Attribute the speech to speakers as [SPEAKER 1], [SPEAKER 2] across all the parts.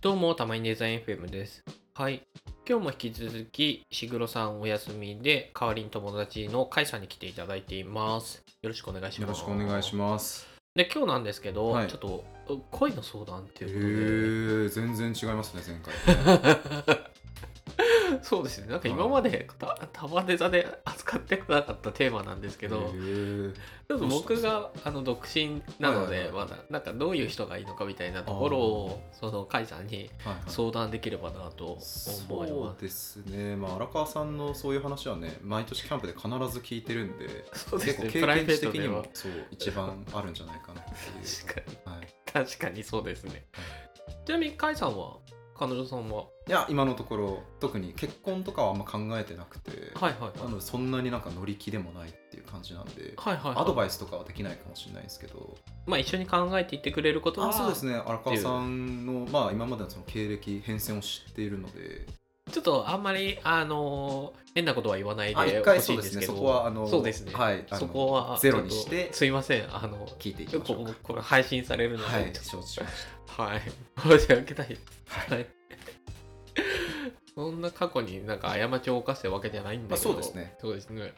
[SPEAKER 1] どうも、たまにデザイン FM です。はい。今日も引き続き、石黒さんお休みで、代わりに友達の甲斐さんに来ていただいています。よろしくお願いし
[SPEAKER 2] よ
[SPEAKER 1] ま
[SPEAKER 2] ろ
[SPEAKER 1] す。
[SPEAKER 2] しくお願いし
[SPEAKER 1] ま
[SPEAKER 2] ます。
[SPEAKER 1] す。で、今日なんですけど、
[SPEAKER 2] はい
[SPEAKER 1] ちょっと恋の相談って
[SPEAKER 2] へえ
[SPEAKER 1] いう
[SPEAKER 2] ー、全然違いますね、前回。
[SPEAKER 1] ことで。そうですね。なんか今までた玉デザで扱ってこなかったテーマなんですけど、
[SPEAKER 2] へー
[SPEAKER 1] ちょっと僕
[SPEAKER 2] ど
[SPEAKER 1] があの独身なの
[SPEAKER 2] はい
[SPEAKER 1] で
[SPEAKER 2] はいは
[SPEAKER 1] ま
[SPEAKER 2] い
[SPEAKER 1] だなんかどういう人がいいのかみたいなところをその甲斐さんに
[SPEAKER 2] はいはい
[SPEAKER 1] 相談できればなと思い
[SPEAKER 2] そ
[SPEAKER 1] ま
[SPEAKER 2] うですね、まあ、荒川さんのそういう話はね、毎年キャンプで必ず聞いてるんで、
[SPEAKER 1] す。そうで
[SPEAKER 2] 結
[SPEAKER 1] す
[SPEAKER 2] 構
[SPEAKER 1] ね。
[SPEAKER 2] 経
[SPEAKER 1] プライ
[SPEAKER 2] 験
[SPEAKER 1] ベ
[SPEAKER 2] 値
[SPEAKER 1] ート
[SPEAKER 2] 的
[SPEAKER 1] で
[SPEAKER 2] に
[SPEAKER 1] は
[SPEAKER 2] もそう一番あるんじゃないかなって いう。
[SPEAKER 1] 確かに
[SPEAKER 2] はい、
[SPEAKER 1] 確かにそうですね。ちなみに甲斐さんは彼女さんははい
[SPEAKER 2] や、今のところ、特に結婚とかはあんま考えてなくて、
[SPEAKER 1] いはい
[SPEAKER 2] な
[SPEAKER 1] はい
[SPEAKER 2] のでそんなになんか乗り気でもないっていう感じなんで、
[SPEAKER 1] はいはい
[SPEAKER 2] アド
[SPEAKER 1] は
[SPEAKER 2] バイスとかはできないかもしれないですけど、
[SPEAKER 1] い。まあ一緒に考えていってくれることは
[SPEAKER 2] あそうですね荒川さんの、まあ、今までのその経歴変遷を知っているので
[SPEAKER 1] ちょっとあんまりあの変なことは言わない
[SPEAKER 2] あ一
[SPEAKER 1] でほ
[SPEAKER 2] 回
[SPEAKER 1] し
[SPEAKER 2] そ
[SPEAKER 1] いうで
[SPEAKER 2] です
[SPEAKER 1] す
[SPEAKER 2] ね
[SPEAKER 1] けど。
[SPEAKER 2] そこはあの
[SPEAKER 1] そうですね。
[SPEAKER 2] はい、あの
[SPEAKER 1] そこは
[SPEAKER 2] ゼロにして
[SPEAKER 1] ちょっとすいませんあの。
[SPEAKER 2] 聞いていきましょう
[SPEAKER 1] ここれ配信されるので、
[SPEAKER 2] はい
[SPEAKER 1] ちょっと
[SPEAKER 2] 承知しまし
[SPEAKER 1] はい。申し訳ない。
[SPEAKER 2] た、
[SPEAKER 1] はい。そんな過去になんか過ちを犯してるわけじゃないんだけど、
[SPEAKER 2] まあそうですね。
[SPEAKER 1] そうですね。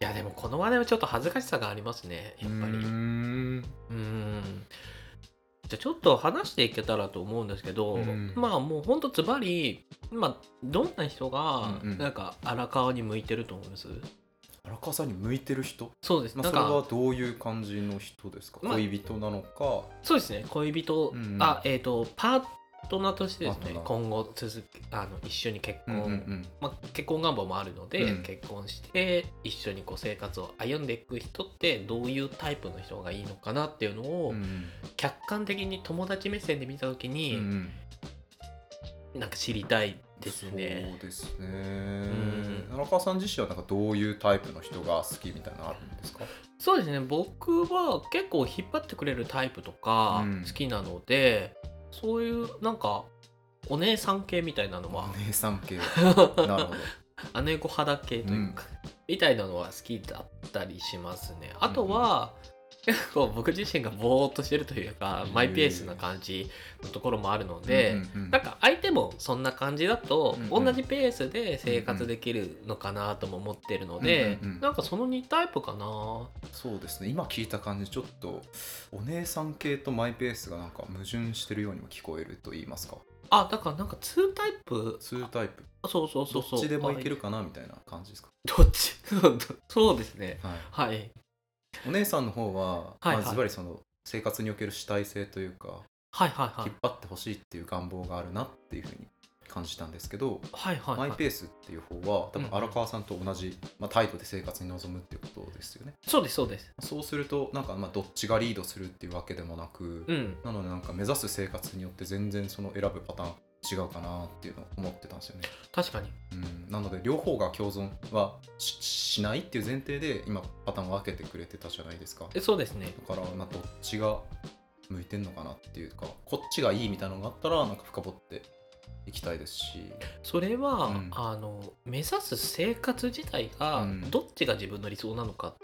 [SPEAKER 1] いや、でもこの話題はちょっと恥ずかしさがありますね、 やっぱり。
[SPEAKER 2] うー
[SPEAKER 1] うんん。じゃあちょっと話していけたらと思うんですけど、
[SPEAKER 2] うん
[SPEAKER 1] まあもうほんとズバリ、まあどんな人が
[SPEAKER 2] うんうん
[SPEAKER 1] なんか荒川に向いてると思います、
[SPEAKER 2] 荒川さんに向いてる人、
[SPEAKER 1] そうです。
[SPEAKER 2] ま
[SPEAKER 1] な
[SPEAKER 2] あ、
[SPEAKER 1] ん
[SPEAKER 2] それ
[SPEAKER 1] か
[SPEAKER 2] はどういう感じの人ですか、
[SPEAKER 1] まあ
[SPEAKER 2] 恋人なのか
[SPEAKER 1] そうですね恋人、
[SPEAKER 2] うん
[SPEAKER 1] あえっ、とパートナーとしてです
[SPEAKER 2] パート
[SPEAKER 1] ね
[SPEAKER 2] ナー
[SPEAKER 1] 今後続くあの一緒に結婚、
[SPEAKER 2] うんうん
[SPEAKER 1] まあ、結婚願望もあるので、
[SPEAKER 2] うん
[SPEAKER 1] 結婚して一緒にこう生活を歩んでいく人ってどういうタイプの人がいいのかなっていうの
[SPEAKER 2] う
[SPEAKER 1] を、
[SPEAKER 2] んうん
[SPEAKER 1] 客観的に友達目線で見た時
[SPEAKER 2] うんう
[SPEAKER 1] に、
[SPEAKER 2] ん
[SPEAKER 1] なんか知りたいですね。
[SPEAKER 2] そうですね、
[SPEAKER 1] ん
[SPEAKER 2] 荒川さん自身はなんかどういうタイプの人が好きみたいなのあるんですか
[SPEAKER 1] そうですね僕は結構引っ張ってくれるタイプとか
[SPEAKER 2] うん
[SPEAKER 1] 好きなので、そういうなんかお姉さん系みたいなのは
[SPEAKER 2] お姉さん系なるほど
[SPEAKER 1] 姉御肌系というか、みたいなのは好きだったりしますねあとは、結構僕自身がぼーっとしてるというか
[SPEAKER 2] うん
[SPEAKER 1] マイペースな感じのところもあるの で、
[SPEAKER 2] うんうんうん
[SPEAKER 1] なんか相手もそんな感じだと
[SPEAKER 2] うんう
[SPEAKER 1] 同
[SPEAKER 2] ん
[SPEAKER 1] じペースで生活できるのかなとも思ってるので
[SPEAKER 2] うんうんうん
[SPEAKER 1] なんかその2タイプかな
[SPEAKER 2] そうですね今聞いた感じちょっとお姉さん系とマイペースがなんか矛盾してるようにも聞こえると言いますか
[SPEAKER 1] あだからなんか2タイプ
[SPEAKER 2] 2タイプ
[SPEAKER 1] そうそうそ
[SPEAKER 2] ど
[SPEAKER 1] う
[SPEAKER 2] っ
[SPEAKER 1] そう
[SPEAKER 2] ちでもいける
[SPEAKER 1] あ
[SPEAKER 2] かなみたいな感じですか、
[SPEAKER 1] どっち そうですね
[SPEAKER 2] はい、
[SPEAKER 1] はい
[SPEAKER 2] お姉さんの方は、
[SPEAKER 1] はいはい
[SPEAKER 2] まあ、ずばりその生活における主体性というか
[SPEAKER 1] はいはいはい
[SPEAKER 2] 引っ張ってほしいっていう願望があるなっていうふうに感じたんですけど、
[SPEAKER 1] はいはいはい
[SPEAKER 2] マイペースっていう方は多分荒川さんと同じ、まあ、態度で生活に臨むっていうことですよね
[SPEAKER 1] そうですそうです
[SPEAKER 2] そうするとなんかまあどっちがリードするっていうわけでもなく、
[SPEAKER 1] うん
[SPEAKER 2] なのでなんか目指す生活によって全然その選ぶパターン違うかなっていうのを思ってたんですよね。
[SPEAKER 1] 確かに
[SPEAKER 2] うん、なので両方が共存はししないっていう前提で今パターンを分けてくれてたじゃないですか。だ
[SPEAKER 1] えそうですね
[SPEAKER 2] からまあどっちが向いてんのかなっていうかこっちがいいみたいなのがあったらなんか深掘っていきたいですし。
[SPEAKER 1] それは、
[SPEAKER 2] うん
[SPEAKER 1] あの目指す生活自体が
[SPEAKER 2] うん
[SPEAKER 1] どっちが自分の理想なのか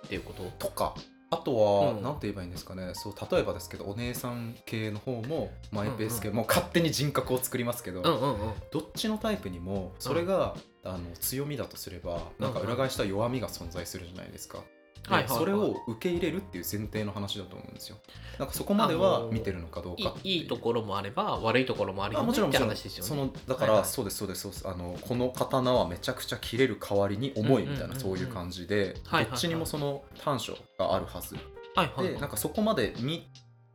[SPEAKER 1] っていうこと、
[SPEAKER 2] とかあとは
[SPEAKER 1] うん
[SPEAKER 2] 何て言えばいいんですかね、そう例えばですけどお姉さん系の方もマイペース系もう勝手に人格を作りますけど、
[SPEAKER 1] うんうんうん
[SPEAKER 2] どっちのタイプにもそれが、あの強みだとすればなんか裏返した弱みが存在するじゃないですか、で
[SPEAKER 1] はいはいはい
[SPEAKER 2] それを受け入れるっていう前提の話だと思うんですよなんかそこまで
[SPEAKER 1] あ
[SPEAKER 2] は
[SPEAKER 1] のー
[SPEAKER 2] 見てるのかどう
[SPEAKER 1] い
[SPEAKER 2] かって
[SPEAKER 1] いいいところもあれば悪いところもある
[SPEAKER 2] あ
[SPEAKER 1] よね
[SPEAKER 2] もちろん
[SPEAKER 1] っ
[SPEAKER 2] も
[SPEAKER 1] て
[SPEAKER 2] ちろん
[SPEAKER 1] 話ですよね
[SPEAKER 2] そのだから、
[SPEAKER 1] はいはい
[SPEAKER 2] そうですそうですそうですあのこの刀はめちゃくちゃ切れる代わりに重いみたいな、
[SPEAKER 1] うんうんうんうん
[SPEAKER 2] そういう感じで、
[SPEAKER 1] はいはいはい
[SPEAKER 2] どっちにもその短所があるはず、
[SPEAKER 1] はいはい
[SPEAKER 2] でなんかそこまで見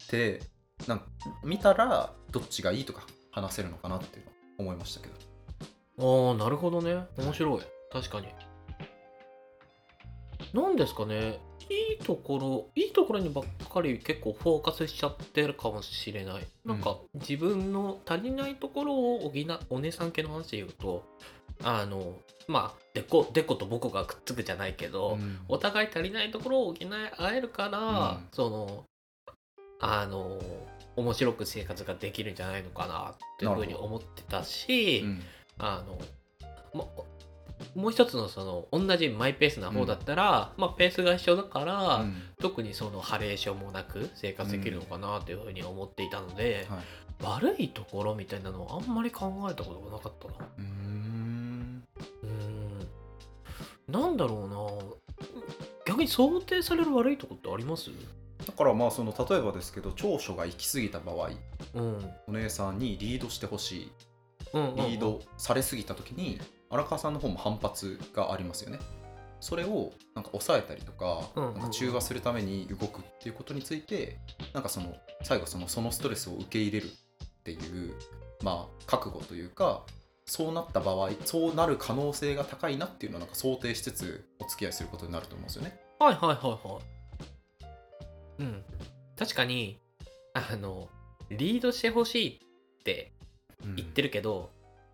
[SPEAKER 2] てなんか見たらどっちがいいとか話せるのかなっていうのは思いましたけど
[SPEAKER 1] ああなるほどね面白い確かに何ですかねいいところいいところにばっかり結構フォーカスしちゃってるかもしれないなんか自分の足りないところを補うお姉さん系の話で言うとあのまあでこでことぼこがくっつくじゃないけど、
[SPEAKER 2] うん
[SPEAKER 1] お互い足りないところを補い合えるから、
[SPEAKER 2] うん
[SPEAKER 1] そのあの面白く生活ができるんじゃないのかなっていうふうに
[SPEAKER 2] なるほ
[SPEAKER 1] 思ってたし、
[SPEAKER 2] うん
[SPEAKER 1] あの、ま、もう一つのその同じマイペースな方だったら、まあペースが一緒だから、
[SPEAKER 2] うん
[SPEAKER 1] 特にそのハレーションもなく生活できるのかなというふうに思っていたので、
[SPEAKER 2] はい
[SPEAKER 1] 悪いところみたいなのはあんまり考えたことがなかったな
[SPEAKER 2] うーん
[SPEAKER 1] うーんなんだろうな逆に想定される悪いとこってあります
[SPEAKER 2] だからまあその例えばですけど長所が行き過ぎた場合
[SPEAKER 1] うん
[SPEAKER 2] お姉さんにリードしてほしい
[SPEAKER 1] うんうんうん
[SPEAKER 2] リードされすぎた時に荒川さんの方も反発がありますよねそれをなんか抑えたりとか
[SPEAKER 1] うんうん
[SPEAKER 2] なんか中和するために動くっていうことについてなんかその最後そのそのストレスを受け入れるっていうまあ覚悟というかそうなった場合そうなる可能性が高いなっていうのをなんか想定しつつお付き合いすることになると思うんですよね。
[SPEAKER 1] はいはいはいはいうん確かにあのリードしてほしいって言って
[SPEAKER 2] る
[SPEAKER 1] るけど、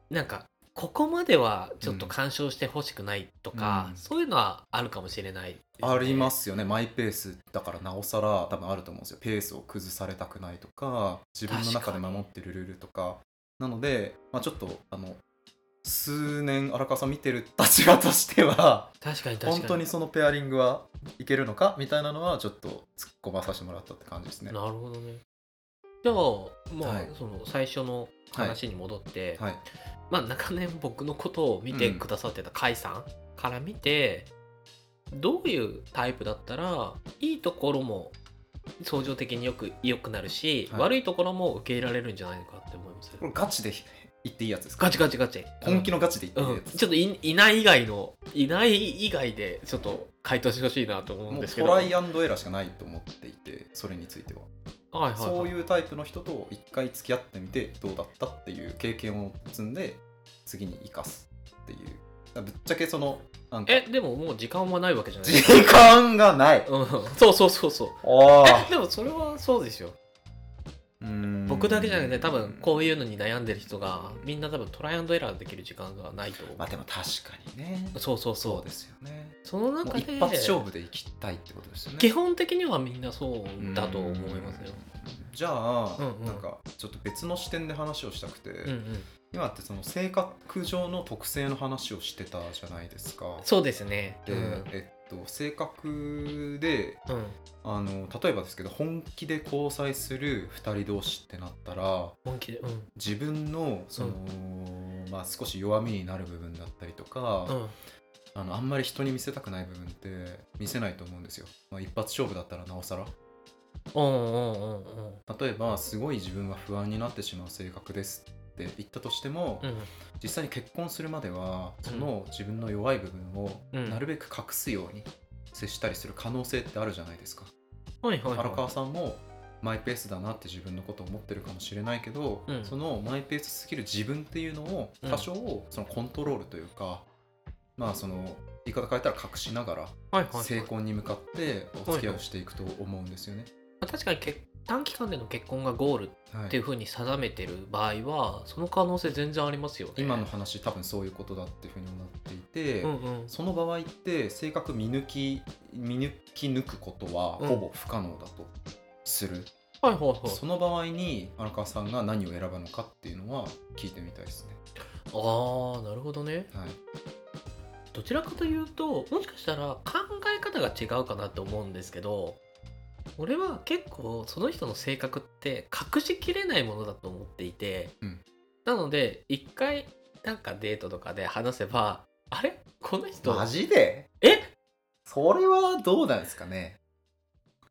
[SPEAKER 1] なんかここまではちょっと干渉してほしくないとか、
[SPEAKER 2] うん
[SPEAKER 1] そういうのはあるかもしれないですね、
[SPEAKER 2] ありますすよねマイペースだからなおさら多分あると思うんですよペースを崩されたくないとか自分の中で守ってるルールとかなので、まあ、ちょっとあの数年荒川さん見てる立場としては
[SPEAKER 1] 確かに確か
[SPEAKER 2] 本
[SPEAKER 1] に
[SPEAKER 2] 当にそのペアリングはいけるのかみたいなのはちょっと突っ込まさせてもらったって感じですね。
[SPEAKER 1] なるほどねじゃあまあ、
[SPEAKER 2] はい
[SPEAKER 1] その最初の話に戻って、
[SPEAKER 2] はい、
[SPEAKER 1] まあ長年僕のことを見てくださってた甲斐さんから見て、どういうタイプだったらいいところも相乗的によく良くなるし、
[SPEAKER 2] はい
[SPEAKER 1] 悪いところも受け入れられるんじゃないのかって思います
[SPEAKER 2] これガチで言っていいやつですか
[SPEAKER 1] ガチガチガチ
[SPEAKER 2] 本気のガチで言っていい
[SPEAKER 1] う
[SPEAKER 2] や
[SPEAKER 1] ん
[SPEAKER 2] つ、
[SPEAKER 1] ちょっといいない以外のいない以外でちょっと回答してほしいなと思うん
[SPEAKER 2] もう
[SPEAKER 1] ですけど
[SPEAKER 2] トライアンドエラーしかないと思っていてそれについては。
[SPEAKER 1] はいはいはい
[SPEAKER 2] そういうタイプの人と一回付き合ってみてどうだったっていう経験を積んで次に生かすっていうだからぶっちゃけそのなんか
[SPEAKER 1] えでももう時間はないわけじゃない
[SPEAKER 2] 時間がない
[SPEAKER 1] うんそうそうそうそう
[SPEAKER 2] あ
[SPEAKER 1] えでもそれはそうですよ僕だけじゃなくて多分こういうのに悩んでる人がみんな多分トライアンドエラーできる時間がないと思う
[SPEAKER 2] まあでも確かにね
[SPEAKER 1] そうそう
[SPEAKER 2] そう
[SPEAKER 1] そ
[SPEAKER 2] ですよね
[SPEAKER 1] うその
[SPEAKER 2] も
[SPEAKER 1] 中
[SPEAKER 2] う
[SPEAKER 1] で
[SPEAKER 2] 一発勝負でいきたいってことですよね
[SPEAKER 1] 基本的にはみんなそうだと思いますよ
[SPEAKER 2] うんじゃあ、
[SPEAKER 1] うんうん
[SPEAKER 2] なんかちょっと別の視点で話をしたくて、
[SPEAKER 1] うんうん
[SPEAKER 2] 今ってその性格上の特性の話をしてたじゃないですか
[SPEAKER 1] そうですね
[SPEAKER 2] で、えっと性格で
[SPEAKER 1] うんうん
[SPEAKER 2] あの例えばですけど本気で交際する2人同士ってなったら
[SPEAKER 1] 本気でうん
[SPEAKER 2] 自分のその、まあ、少し弱みになる部分だったりとか、
[SPEAKER 1] うん
[SPEAKER 2] あのあんまり人に見せたくない部分って見せないと思うんですよ、まあ、一発勝負だったらなおさら
[SPEAKER 1] うんうんうんうん
[SPEAKER 2] 例えばすごい自分は不安になってしまう性格ですって言ったとしても、
[SPEAKER 1] うん
[SPEAKER 2] 実際に結婚するまではその自分の弱い部分を
[SPEAKER 1] うん
[SPEAKER 2] なるべく隠すように接したりする可能性ってあるじゃないですか。
[SPEAKER 1] はいはい
[SPEAKER 2] 荒
[SPEAKER 1] は
[SPEAKER 2] 川さんもマイペースだなって自分のことを思ってるかもしれないけど、
[SPEAKER 1] うん
[SPEAKER 2] そのマイペースすぎる自分っていうのを
[SPEAKER 1] うん
[SPEAKER 2] 多少そのコントロールというか、まあその言い方変えたら隠しなが
[SPEAKER 1] いはい
[SPEAKER 2] ら
[SPEAKER 1] はい
[SPEAKER 2] 成婚に向かってお付き合いをしていくと思うんですよね。
[SPEAKER 1] まあ確かに結短期間での結婚がゴール
[SPEAKER 2] はい
[SPEAKER 1] っていうふうに定めてる場合はその可能性全然ありますよね
[SPEAKER 2] 今の話多分そういうことだっていうふうにもなっていて、
[SPEAKER 1] うんうん
[SPEAKER 2] その場合って性格見抜き見抜き抜くことは
[SPEAKER 1] うん
[SPEAKER 2] ほぼ不可能だとする、
[SPEAKER 1] はいはいはい
[SPEAKER 2] その場合に荒川さんが何を選ぶのかっていうのは聞いてみたいですね。
[SPEAKER 1] ああなるほどね
[SPEAKER 2] はい
[SPEAKER 1] どちらかというともしかしたら考え方が違うかなと思うんですけど俺は結構その人の性格って隠しきれないものだと思っていて、
[SPEAKER 2] うん
[SPEAKER 1] なので一回なんかデートとかで話せばあれこの人
[SPEAKER 2] マジで
[SPEAKER 1] え
[SPEAKER 2] それはどうなんですかね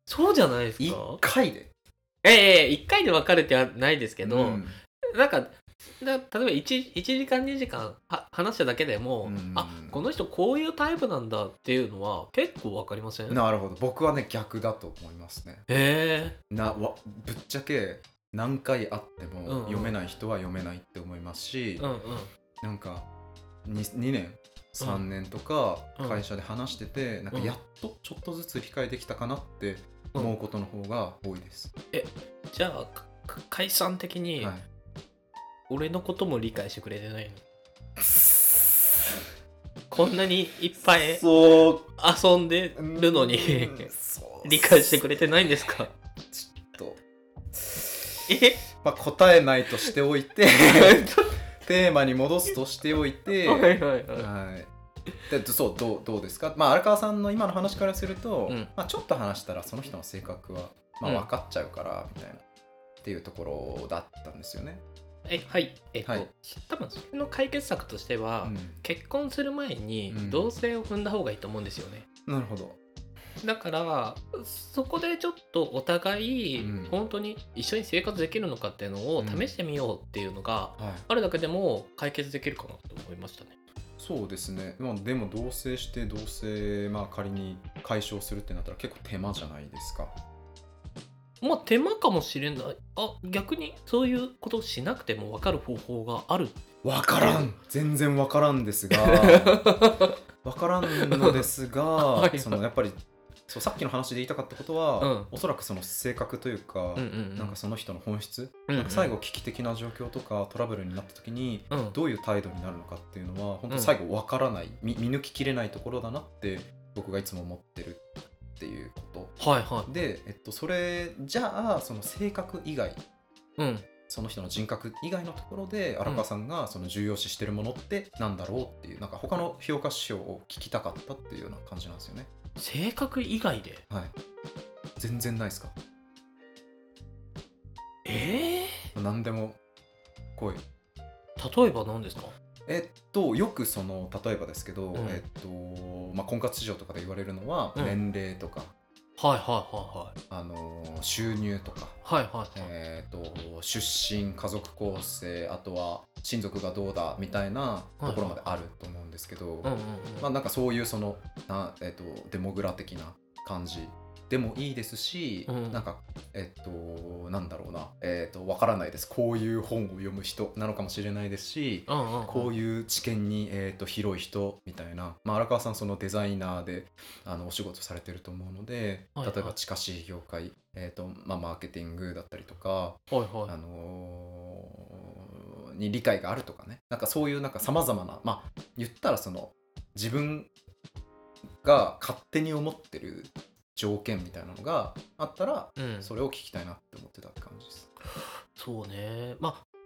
[SPEAKER 1] そうじゃないですか
[SPEAKER 2] 1回で
[SPEAKER 1] ええ一回で別れてはないですけど、
[SPEAKER 2] うん
[SPEAKER 1] なんかな例えば 1, 1時間2時間は話しただけでも、
[SPEAKER 2] うん
[SPEAKER 1] あこの人こういうタイプなんだっていうのは結構分かりませんへ
[SPEAKER 2] なるほど僕はね逆だと思いますね
[SPEAKER 1] え
[SPEAKER 2] なわぶっちゃけ何回会って
[SPEAKER 1] うんうん
[SPEAKER 2] も読めない人は読めないって思いますし、
[SPEAKER 1] うんうん
[SPEAKER 2] なんか 2, 2年3年とか
[SPEAKER 1] うん
[SPEAKER 2] 会社で話してて、なんか
[SPEAKER 1] うん
[SPEAKER 2] やっとちょっとずつ理解できたかなって思うことの方が多いです、
[SPEAKER 1] じゃあかか解散的に
[SPEAKER 2] はい
[SPEAKER 1] 俺のことも理解してくれてないの、こんなにいっぱい
[SPEAKER 2] そ
[SPEAKER 1] 遊んでるのに 理解してくれてないんですか
[SPEAKER 2] ちょっと
[SPEAKER 1] え
[SPEAKER 2] まあ、答 えない としておいて
[SPEAKER 1] は
[SPEAKER 2] テーマに戻すとしておい て、
[SPEAKER 1] いはいはい
[SPEAKER 2] はい、でそうどうどうですか、まあ、荒川さんの今の話からすると、
[SPEAKER 1] うん
[SPEAKER 2] まあ、ちょっと話したらその人の性格は、まあ、
[SPEAKER 1] うん
[SPEAKER 2] 分かっちゃうからみたいな、っていうところだったんですよね。
[SPEAKER 1] えはいえっと、
[SPEAKER 2] はい
[SPEAKER 1] 多分それの解決策としては、
[SPEAKER 2] うん
[SPEAKER 1] 結婚する前に
[SPEAKER 2] うん
[SPEAKER 1] 同棲を踏んだ方がいいと思うんですよね、
[SPEAKER 2] なるほど。
[SPEAKER 1] だからそこでちょっとお互い
[SPEAKER 2] うん
[SPEAKER 1] 本当に一緒に生活できるのかっていうのを
[SPEAKER 2] うん
[SPEAKER 1] 試してみようっていうのが
[SPEAKER 2] はい、
[SPEAKER 1] あるだけでも解決できるかなと思いましたね。
[SPEAKER 2] そうですね、まあ、でも同棲して同棲、まあ、仮に解消するってなったら結構手間じゃないですか。
[SPEAKER 1] まあ手間かもしれないあ逆にそういうことをしなくても分かる方法がある
[SPEAKER 2] わからん全然わからんです がわからんのですが、
[SPEAKER 1] はい
[SPEAKER 2] そのやっぱりそうさっきの話で言いたかったことは、
[SPEAKER 1] うん
[SPEAKER 2] おそらくその性格というか、
[SPEAKER 1] うんうんうん
[SPEAKER 2] なんかその人の本質、
[SPEAKER 1] うんうん
[SPEAKER 2] なんか最後危機的な状況とかトラブルになった時に
[SPEAKER 1] うん
[SPEAKER 2] どういう態度になるのかっていうのは本当最後わからない、み見抜ききれないところだなって僕がいつも思ってるっていうこ
[SPEAKER 1] はいは
[SPEAKER 2] とで、えっと、それじゃあその性格以外
[SPEAKER 1] いうん
[SPEAKER 2] その人の人格以外のところで荒川さんがその重要視してるものってなんだろうっていうなんか他の評価指標を聞きたかったっていうような感じなんですよね
[SPEAKER 1] 性格以外で
[SPEAKER 2] はい全然ないですか
[SPEAKER 1] え
[SPEAKER 2] 何でも来い
[SPEAKER 1] ー、例えば何ですか
[SPEAKER 2] えっとよくその例えばですけど、
[SPEAKER 1] うん
[SPEAKER 2] えっとまあ、婚活市場とかで言われるのは
[SPEAKER 1] うん
[SPEAKER 2] 年齢とか、
[SPEAKER 1] はいは
[SPEAKER 2] あのー収入とか、
[SPEAKER 1] いはいはいはいはい
[SPEAKER 2] えっと出身家族構成あとは親族がどうだみたいなところまであると思うんですけど、
[SPEAKER 1] うんうんうん
[SPEAKER 2] まあ、なんかそういうそのな、えっとデモグラ的な感じでもいいですし、
[SPEAKER 1] うん
[SPEAKER 2] なんかえっ、となんだろうなえっ、とわからないですこういう本を読む人なのかもしれないですし、
[SPEAKER 1] うんうんうん
[SPEAKER 2] こういう知見に、えー、と広い人みたいな、まあ、荒川さんそのデザイナーであのお仕事されてると思うので、
[SPEAKER 1] はいはい
[SPEAKER 2] 例えば近しい業界、えーとまあ、マーケティングだったりとか、
[SPEAKER 1] はいはい
[SPEAKER 2] あのーに理解があるとかねなんかそういうなんかさまざまなまあ言ったらその自分が勝手に思ってる条件みたいなのがあったら
[SPEAKER 1] うん、
[SPEAKER 2] それを聞きたいなって思ってたって感じです。
[SPEAKER 1] そうねまあ、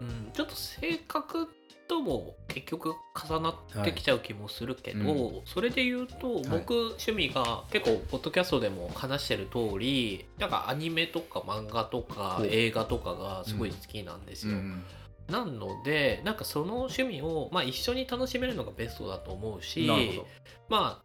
[SPEAKER 1] うん、ちょっと性格とも結局重なってきちゃう気もするけど、
[SPEAKER 2] はい
[SPEAKER 1] それで言うと僕、趣味が結構ポッドキャストでも話してる通りなんかアニメとか漫画とか
[SPEAKER 2] ほう
[SPEAKER 1] 映画とかがすごい好きなんですよ。
[SPEAKER 2] うん
[SPEAKER 1] なのでなんかその趣味を、まあ、一緒に楽しめるのがベストだと思うし
[SPEAKER 2] なるほど
[SPEAKER 1] まあ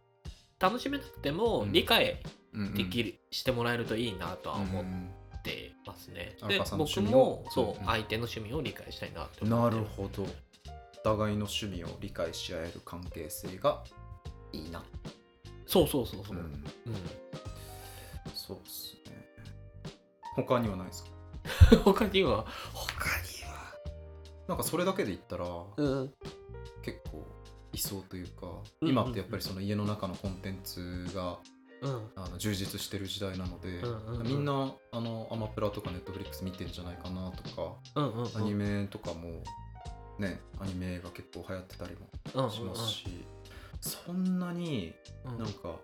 [SPEAKER 1] 楽しめなくても
[SPEAKER 2] うん
[SPEAKER 1] 理解
[SPEAKER 2] うんうん
[SPEAKER 1] できる、してもらえるといいなとは思っ
[SPEAKER 2] うん
[SPEAKER 1] ってますね。
[SPEAKER 2] 荒
[SPEAKER 1] で
[SPEAKER 2] 川さんの
[SPEAKER 1] 僕
[SPEAKER 2] 趣味を
[SPEAKER 1] もそう、
[SPEAKER 2] うん
[SPEAKER 1] 相手の趣味を理解したいなって思
[SPEAKER 2] な
[SPEAKER 1] って
[SPEAKER 2] るほど。お互いの趣味を理解し合える関係性がいいな。
[SPEAKER 1] そうそうそうそう。
[SPEAKER 2] うん
[SPEAKER 1] うん、
[SPEAKER 2] そうですね。他にはないですか
[SPEAKER 1] 他には、
[SPEAKER 2] 他には。なんかそれだけで言ったら
[SPEAKER 1] うん、
[SPEAKER 2] 結構いそうというか、
[SPEAKER 1] うん
[SPEAKER 2] 今ってやっぱりその家の中のコンテンツが
[SPEAKER 1] うん、
[SPEAKER 2] あの充実してる時代なので、
[SPEAKER 1] うんうんうん
[SPEAKER 2] みんなあのアマプラとかネットフリックス見てんじゃないかなとか、
[SPEAKER 1] うん、うん、
[SPEAKER 2] アニメとかもねアニメが結構流行ってたりも
[SPEAKER 1] うん、
[SPEAKER 2] しますし、そんなに
[SPEAKER 1] うんうん
[SPEAKER 2] なんか、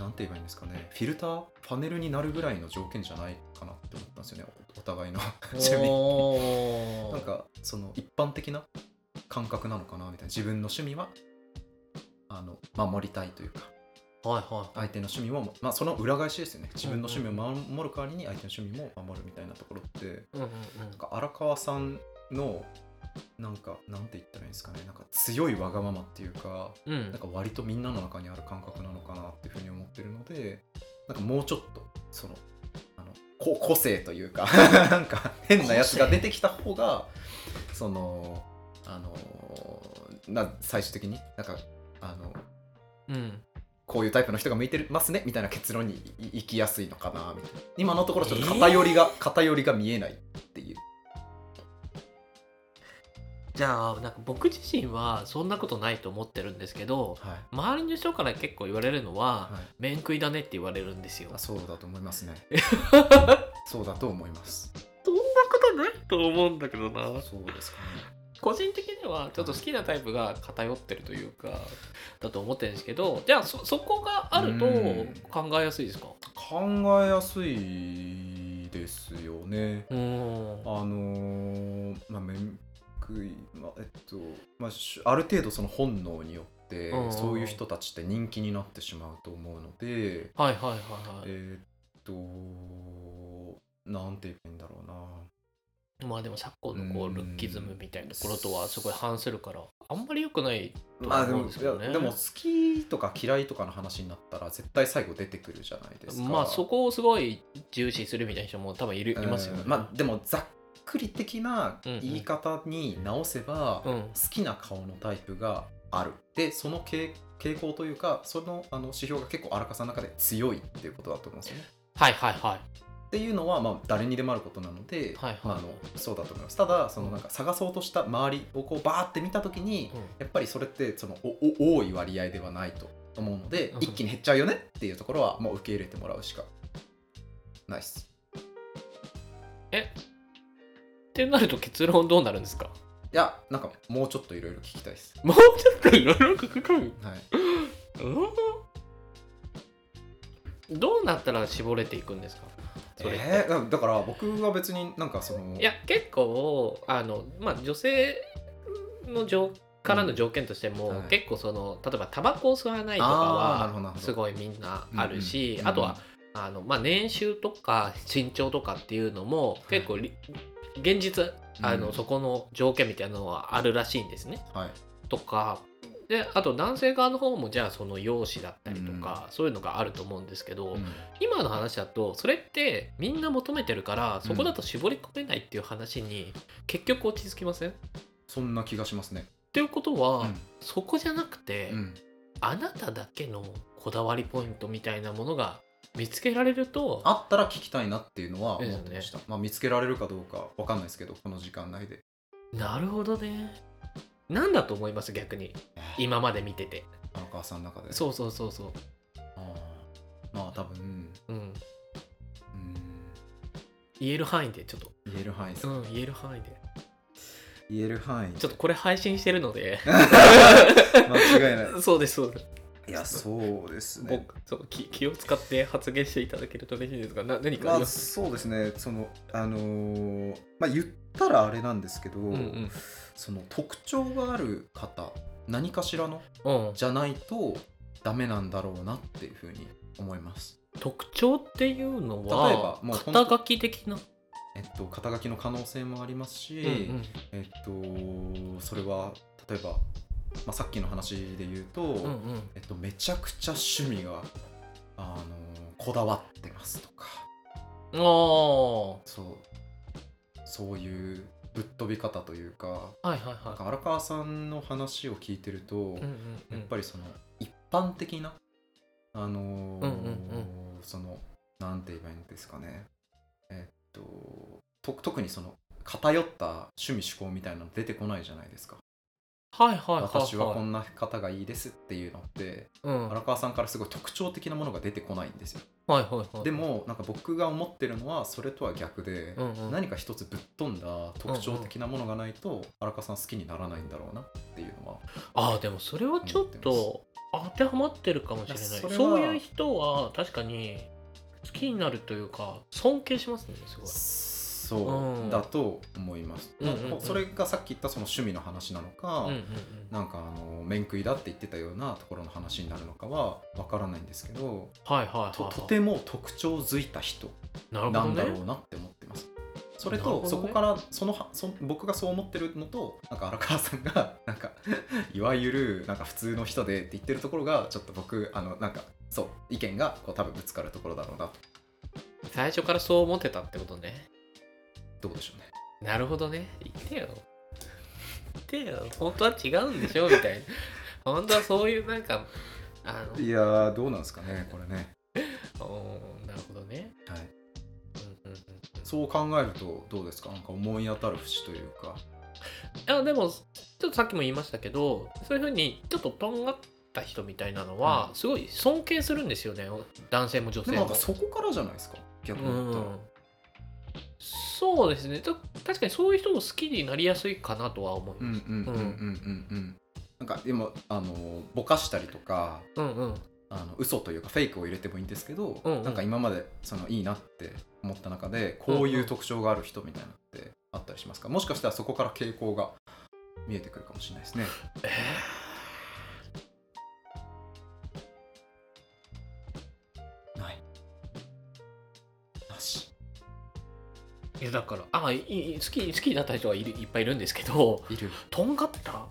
[SPEAKER 2] なんて言えばいいんですかね、フィルター、パネルになるぐらいの条件じゃないかなって思ったんですよね、おお互いの 趣味。
[SPEAKER 1] おー
[SPEAKER 2] なんか、その一般的な感覚なのかなみたいな、自分の趣味はあの守りたいというか、
[SPEAKER 1] はいはい
[SPEAKER 2] 相手の趣味も、まあ、その裏返しですよね、自分の趣味を守る代わりに相手の趣味も守るみたいなところって、
[SPEAKER 1] うんうん
[SPEAKER 2] なんか荒川さんの、なんか、なんて言ったらいいんですかね、なんか強いわがままっていうか、
[SPEAKER 1] うんうん
[SPEAKER 2] なんか割とみんなの中にある感覚なのかなっていうふうに思ってるのでなんかもうちょっとそのあのこ個性というか なんか変なやつが出てきた方がそのあのな最終的になんかあの
[SPEAKER 1] うん
[SPEAKER 2] こういうタイプの人が向いてますねみたいな結論にい行きやすいのかなみたいな今のところちょっと偏りが、偏りが見えないっていう
[SPEAKER 1] じゃあなんか僕自身はそんなことないと思ってるんですけど
[SPEAKER 2] はい、
[SPEAKER 1] 周りの人から結構言われるのは、
[SPEAKER 2] はい、
[SPEAKER 1] 面食いだねって言われるんですよ
[SPEAKER 2] あそうだと思います ねそうだと思います
[SPEAKER 1] そんなことないと思うんだけどな
[SPEAKER 2] そうですかね
[SPEAKER 1] 個人的にはちょっと好きなタイプが偏ってるというかだと思ってるんですけどじゃあそそこがあると
[SPEAKER 2] うん
[SPEAKER 1] 考えやすいですか
[SPEAKER 2] 考えやすいですよね。
[SPEAKER 1] うん
[SPEAKER 2] あのーまあ面食い、まあえっとまあ、しある程度その本能によっって、
[SPEAKER 1] うんうん
[SPEAKER 2] そういう人たちって人気になってしまうと思うので、
[SPEAKER 1] はいはいはいは
[SPEAKER 2] えーっとなんて言えばいいんだろうない
[SPEAKER 1] まあでも昨今のこ
[SPEAKER 2] う
[SPEAKER 1] うんルッキズムみたいなところとはすごい反するからあんまり良くないと
[SPEAKER 2] ま
[SPEAKER 1] は
[SPEAKER 2] あで
[SPEAKER 1] 思う
[SPEAKER 2] も
[SPEAKER 1] んですよ
[SPEAKER 2] い
[SPEAKER 1] ね
[SPEAKER 2] やでも好きとか嫌いとかの話になったら絶対最後出てくるじゃないですか。
[SPEAKER 1] まあそこをすごい重視するみたいな人も多分いるいますよね
[SPEAKER 2] うんまあでもざっくり的な
[SPEAKER 1] うんうん
[SPEAKER 2] 言い方に直せば、
[SPEAKER 1] うん
[SPEAKER 2] 好きな顔のタイプがあるでその傾傾向というかそのあの指標が結構荒川さんの中で強いっていうことだと思うんですよね。
[SPEAKER 1] はいはいはい
[SPEAKER 2] っていうのはまあ誰にでもあることなので、
[SPEAKER 1] はいはい
[SPEAKER 2] まああのそうだと思いますただそのなんか探そうとした周りをこうバーって見た時に、
[SPEAKER 1] うん
[SPEAKER 2] やっぱりそれってそのおお多い割合ではないと思うので、
[SPEAKER 1] うん
[SPEAKER 2] 一気に減っちゃうよねっていうところはもう受け入れてもらうしかないっす。
[SPEAKER 1] ってなると結論どうなるんですか
[SPEAKER 2] いやなんかもうちょっといろいろ聞きたいです。
[SPEAKER 1] もうちょっといろいろ書く
[SPEAKER 2] はい
[SPEAKER 1] うんどうなったら絞れていくんですかそれって、
[SPEAKER 2] えーだから僕は別になんかその
[SPEAKER 1] いや結構あの、まあ、女性の条からの条件としても、
[SPEAKER 2] うんはい
[SPEAKER 1] 結構その例えばタバコを吸わないとか
[SPEAKER 2] あーなるほどなる
[SPEAKER 1] は
[SPEAKER 2] ほど
[SPEAKER 1] すごいみんなあるし、
[SPEAKER 2] うんうん
[SPEAKER 1] あとはあの、まあ、年収とか身長とかっていうのも結構り、現実あの、
[SPEAKER 2] うん
[SPEAKER 1] そこの条件みたいなのはあるらしいんですね。
[SPEAKER 2] はい
[SPEAKER 1] とかであと男性側の方もじゃあその容姿だったりとか、そういうのがあると思うんですけど、今の話だとそれってみんな求めてるからそこだと絞り込めないっていう話に結局落ち着きません、っ
[SPEAKER 2] そんな気がしますね。
[SPEAKER 1] ていうことは、
[SPEAKER 2] うん
[SPEAKER 1] そこじゃなくて、
[SPEAKER 2] うん
[SPEAKER 1] あなただけのこだわりポイントみたいなものが見つけられると
[SPEAKER 2] あったら聞きたいなっていうのは思って
[SPEAKER 1] で
[SPEAKER 2] ますし
[SPEAKER 1] よ
[SPEAKER 2] た。まあ、見つけられるかどうかわかんないですけどこの時間内で。
[SPEAKER 1] なるほどねなんだと思います逆に今まで見てて
[SPEAKER 2] 荒川さんの中で。
[SPEAKER 1] そうそうそうそ
[SPEAKER 2] あーまあ多分、
[SPEAKER 1] ううん
[SPEAKER 2] うん、
[SPEAKER 1] 言える範囲でちょっと
[SPEAKER 2] 言える範囲です
[SPEAKER 1] うん言える範囲で
[SPEAKER 2] 言える範囲
[SPEAKER 1] ちょっとこれ配信してるので
[SPEAKER 2] 間違いな い。
[SPEAKER 1] そうですそうです
[SPEAKER 2] いやそうですね。
[SPEAKER 1] 僕そう気気を使って発言していただけると嬉しいですがな何かあ
[SPEAKER 2] ま
[SPEAKER 1] り
[SPEAKER 2] あ
[SPEAKER 1] ます、
[SPEAKER 2] そうですねそのあのーまあ言ったらあれなんですけど、
[SPEAKER 1] うんうん
[SPEAKER 2] その特徴がある方何かしらの
[SPEAKER 1] うん、
[SPEAKER 2] じゃないとダメなんだろうなっていうふうに思います。
[SPEAKER 1] 特徴っていうの
[SPEAKER 2] 例えば
[SPEAKER 1] は
[SPEAKER 2] もうほんと
[SPEAKER 1] 肩書き的な、
[SPEAKER 2] えっと、肩書きの可能性もありますし、
[SPEAKER 1] うん
[SPEAKER 2] えっと、それは例えば、まあ、さっきの話で言うと、
[SPEAKER 1] うんうんうん、
[SPEAKER 2] えっと、めちゃくちゃ趣味が、あのこだわってますとか
[SPEAKER 1] ああは
[SPEAKER 2] そうそういうぶっ飛び方というか
[SPEAKER 1] いはい
[SPEAKER 2] なん
[SPEAKER 1] は
[SPEAKER 2] か荒川さんの話を聞いてると、
[SPEAKER 1] い、うんうんうん、
[SPEAKER 2] やっぱ
[SPEAKER 1] り
[SPEAKER 2] りその一般的なあのー
[SPEAKER 1] うんうん
[SPEAKER 2] そのなんて言えばいいんですかねえっとと特にその偏った趣味趣向みたいなの出てこないじゃないですか、
[SPEAKER 1] はいはいはい、はい、
[SPEAKER 2] 私はこんな方がいいですっていうのって
[SPEAKER 1] うん、は
[SPEAKER 2] 荒川さんからすごい特徴的なものが出てこないんですよ
[SPEAKER 1] いはいはい
[SPEAKER 2] で、もなんか僕が思ってるのはそれとは逆で、
[SPEAKER 1] うんうん、
[SPEAKER 2] 何か一つぶっ飛んだ特徴的なものがないと荒川さん好きにならないんだろうなっていうのは
[SPEAKER 1] ああでもそれはちょっと当てはまってるかもしれない
[SPEAKER 2] いや
[SPEAKER 1] そ
[SPEAKER 2] それは
[SPEAKER 1] ういう人は確かに好きになるというか尊敬しますねすごい
[SPEAKER 2] そう、
[SPEAKER 1] うん
[SPEAKER 2] だと思います、
[SPEAKER 1] うんうんうん
[SPEAKER 2] それがさっき言ったその趣味の話なのか、
[SPEAKER 1] うんうんうん、
[SPEAKER 2] なんかあの面食いだって言ってたようなところの話になるのかはわからないんですけど
[SPEAKER 1] はいはいはいはい、
[SPEAKER 2] ととても特徴づいた人
[SPEAKER 1] なるほ
[SPEAKER 2] な
[SPEAKER 1] ど
[SPEAKER 2] んだ
[SPEAKER 1] ね
[SPEAKER 2] ろうなって思ってます。そ
[SPEAKER 1] な
[SPEAKER 2] れ
[SPEAKER 1] る
[SPEAKER 2] と、
[SPEAKER 1] ほどね
[SPEAKER 2] そこからそのはそ僕がそう思ってるのとなんか荒川さんが なんかいわゆるなんか普通の人でって言ってるところがちょっと僕あのなんかそう意見がこう多分ぶつかるところだろうな
[SPEAKER 1] 最初からそう思ってたってことね
[SPEAKER 2] どうでしょうね。
[SPEAKER 1] なるほどね。言ってよ。言ってよ。本当は違うんでしょみたいな。 本当はそういうなんか、あの、
[SPEAKER 2] いやーどうなんですかねこれね。
[SPEAKER 1] おーなるほどね。
[SPEAKER 2] はい
[SPEAKER 1] うんうんうん
[SPEAKER 2] そう考えるとどうですかなんか思い当たる節というか
[SPEAKER 1] あでも、ちょっとさっきも言いましたけど、そういうふうにちょっととんがった人みたいなのは、
[SPEAKER 2] うん
[SPEAKER 1] すごい尊敬するんですよね。男性も女
[SPEAKER 2] で
[SPEAKER 1] 性
[SPEAKER 2] もな
[SPEAKER 1] も。
[SPEAKER 2] んかそこからじゃないですか逆に言ったら、
[SPEAKER 1] うんそうですね。た確かにそういう人も好きになりやすいかなとは思い
[SPEAKER 2] うん
[SPEAKER 1] ます。
[SPEAKER 2] うんうんうんうんうんなんかでもあのぼかしたりとか
[SPEAKER 1] うんうん。
[SPEAKER 2] あの嘘というかフェイクを入れてもいいんですけど、
[SPEAKER 1] うんうん
[SPEAKER 2] なんか今までそのいいなって思った中でこういう特徴がある人みたいなのってあったりしますかもしかしたらそこから傾向が見えてくるかもしれないですね
[SPEAKER 1] え
[SPEAKER 2] 話
[SPEAKER 1] いやだからあいい好き好きになった人はいるいっぱいいるんですけど
[SPEAKER 2] いる
[SPEAKER 1] とんがった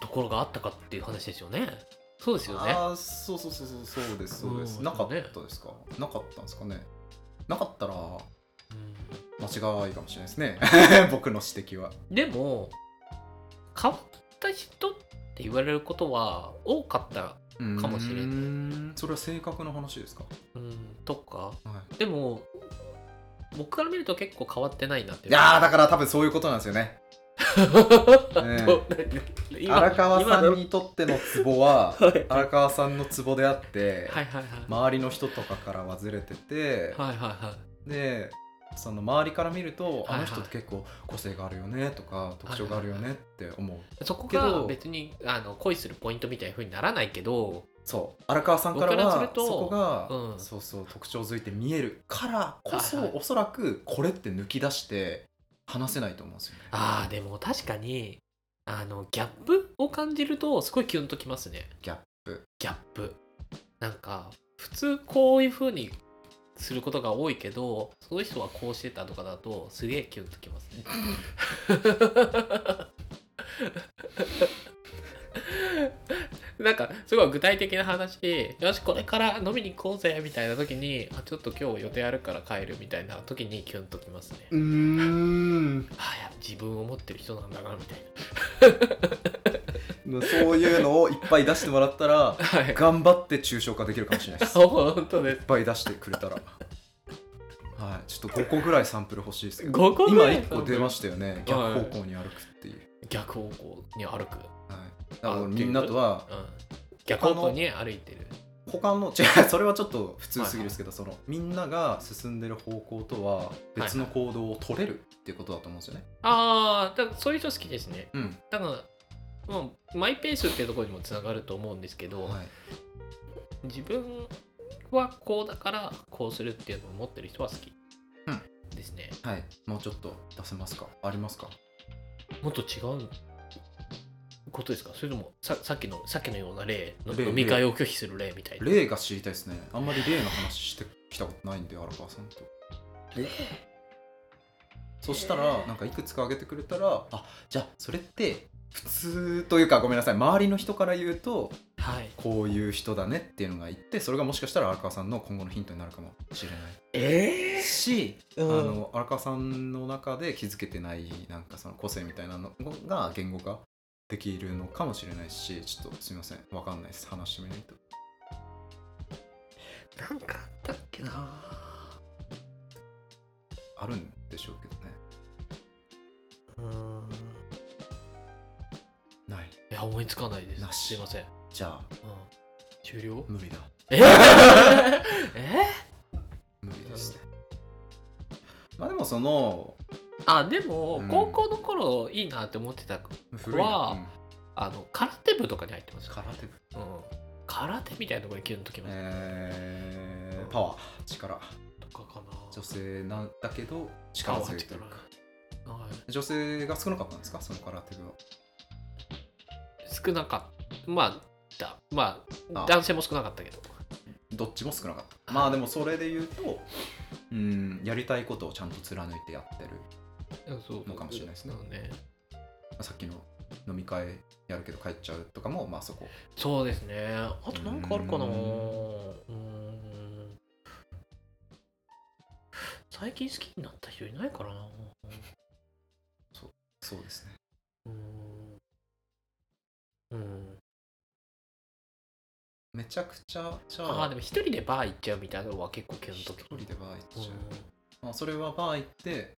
[SPEAKER 1] ところがあったかっていう話ですよねそうですよね
[SPEAKER 2] ああそうそうそうそうそうですそうです、
[SPEAKER 1] うん
[SPEAKER 2] なかったですか、なかったんですかねなかったら
[SPEAKER 1] う
[SPEAKER 2] 間違いかもしれないですね 僕の指摘は
[SPEAKER 1] んでも変わった人って言われることは多かった、
[SPEAKER 2] か
[SPEAKER 1] もしれない
[SPEAKER 2] それは性格の話ですか、
[SPEAKER 1] うん、とか
[SPEAKER 2] は
[SPEAKER 1] でも僕から見ると結構変わってないなって
[SPEAKER 2] い、
[SPEAKER 1] い
[SPEAKER 2] いやーだから多分そういうことなんですよねね
[SPEAKER 1] ど何今
[SPEAKER 2] 荒川さ
[SPEAKER 1] 今
[SPEAKER 2] ん
[SPEAKER 1] の
[SPEAKER 2] にとってのツボは
[SPEAKER 1] はい
[SPEAKER 2] 荒川さんのツボであって、
[SPEAKER 1] はいはいはい、
[SPEAKER 2] 周りの人とかからはずれてて、
[SPEAKER 1] はいはいはい
[SPEAKER 2] でその周りから見ると、
[SPEAKER 1] はいはい
[SPEAKER 2] あの人って結構個性があるよねとか特徴があるよねって思う、
[SPEAKER 1] そこ
[SPEAKER 2] け
[SPEAKER 1] が
[SPEAKER 2] ど
[SPEAKER 1] 別にあの恋するポイントみたいな風にならないけど
[SPEAKER 2] そう荒川さんから
[SPEAKER 1] 僕からす
[SPEAKER 2] は
[SPEAKER 1] ると
[SPEAKER 2] そこが、
[SPEAKER 1] うん
[SPEAKER 2] そうそう特徴づいて見えるからこそ、
[SPEAKER 1] はいはい
[SPEAKER 2] おそらくこれって抜き出して話せないと思うんですよね。
[SPEAKER 1] ああでも確かにあのギャップを感じるとすごいキュンときますね
[SPEAKER 2] ギャップ
[SPEAKER 1] ギャップなんか普通こういう風にすることが多いけどその人はこうしてたとかだとすげえキュンときますねなんかすごい具体的な話よしこれから飲みに行こうぜみたいな時にあちょっと今日予定あるから帰るみたいな時にキュンときますね
[SPEAKER 2] うーん
[SPEAKER 1] あやっぱ自分を持ってる人なんだなみたい
[SPEAKER 2] そういうのをいっぱい出してもらっ たら
[SPEAKER 1] なはい
[SPEAKER 2] 頑張って抽象化できるかもしれないです。いっ
[SPEAKER 1] 本当です
[SPEAKER 2] ぱい出してくれたら。はい、ちょっと5個ぐらいサンプル欲しいですけど
[SPEAKER 1] 5個ぐ
[SPEAKER 2] 今
[SPEAKER 1] らい
[SPEAKER 2] 1個出ましたよね逆方向に歩くっていう、
[SPEAKER 1] 逆方向に歩く、
[SPEAKER 2] はい、だからみんなとは
[SPEAKER 1] うん、逆方向に歩いてる
[SPEAKER 2] 他の違うそ れはちょっと普通すぎるんですけど、そのみんなが進んでる方向とは別の行動を取れるっていうことだと思うんですよね、
[SPEAKER 1] ああだからそういう人好きですね
[SPEAKER 2] うん
[SPEAKER 1] だからもうマイペースっていうところにもつながると思うんですけど、
[SPEAKER 2] はい、
[SPEAKER 1] 自分はこうだからこうするっていうのを持ってる人は好きですね、
[SPEAKER 2] はい、もうちょっと出せますかありますか
[SPEAKER 1] もっと違うことですかそれともささっきのさっきのような例の
[SPEAKER 2] 例
[SPEAKER 1] 飲み会を拒否する例みたいな
[SPEAKER 2] 例が知りたいですねあんまり例の話してきたことないんで荒川さんとそしたらなんかいくつか挙げてくれたらあじゃあそれって普通というかごめんなさい周りの人から言うと
[SPEAKER 1] はい
[SPEAKER 2] こういう人だねっていうのが言ってそれがもしかしたら荒川さんの今後のヒントになるかもしれない
[SPEAKER 1] ええ
[SPEAKER 2] し、
[SPEAKER 1] うん
[SPEAKER 2] あの荒川さんの中で気づけてないなんかその個性みたいなのが言語化できるのかもしれないしちょっとすみませんわかんないです話してみないと
[SPEAKER 1] なんかあったっけな
[SPEAKER 2] あるんでしょうけどね
[SPEAKER 1] うん
[SPEAKER 2] ない
[SPEAKER 1] いや思いつかないです
[SPEAKER 2] なし
[SPEAKER 1] すいません、うん、
[SPEAKER 2] じゃあ
[SPEAKER 1] 終了
[SPEAKER 2] 無理だ
[SPEAKER 1] え え
[SPEAKER 2] 無理ですねまあでもその
[SPEAKER 1] あでも、
[SPEAKER 2] うん
[SPEAKER 1] 高校の頃いいなって思ってた
[SPEAKER 2] 古いな
[SPEAKER 1] わあ
[SPEAKER 2] うん
[SPEAKER 1] あの空手部とかに入ってます、
[SPEAKER 2] 空手部
[SPEAKER 1] うん、空手みたいなところにキュンときます
[SPEAKER 2] えーパワー力
[SPEAKER 1] とかかな
[SPEAKER 2] 女性なんだけど力強いというか
[SPEAKER 1] 力はい
[SPEAKER 2] 女性が少なかったんですかその空手部は
[SPEAKER 1] 少なかったまあだまあ
[SPEAKER 2] あ
[SPEAKER 1] 男性も少なかったけど
[SPEAKER 2] どっちも少なかったまあでもそれで言うとうんやりたいことをちゃんと貫いてやってる
[SPEAKER 1] そう
[SPEAKER 2] のかもしれないですね
[SPEAKER 1] そうね
[SPEAKER 2] まあさっきの飲み会やるけど帰っちゃうとかもまあそこ
[SPEAKER 1] そうですねあとなんかあるかな
[SPEAKER 2] う
[SPEAKER 1] う
[SPEAKER 2] ーん
[SPEAKER 1] ーん最近好きになった人いないかな
[SPEAKER 2] そうですね
[SPEAKER 1] うーんうん
[SPEAKER 2] めちゃくちゃじゃ
[SPEAKER 1] あ
[SPEAKER 2] あ
[SPEAKER 1] あでも一人でバー行っちゃうみたいなのは結構キュン
[SPEAKER 2] 一
[SPEAKER 1] とき
[SPEAKER 2] 人
[SPEAKER 1] ま
[SPEAKER 2] でバー行っ
[SPEAKER 1] す
[SPEAKER 2] ちゃう、まあ、それはバー行って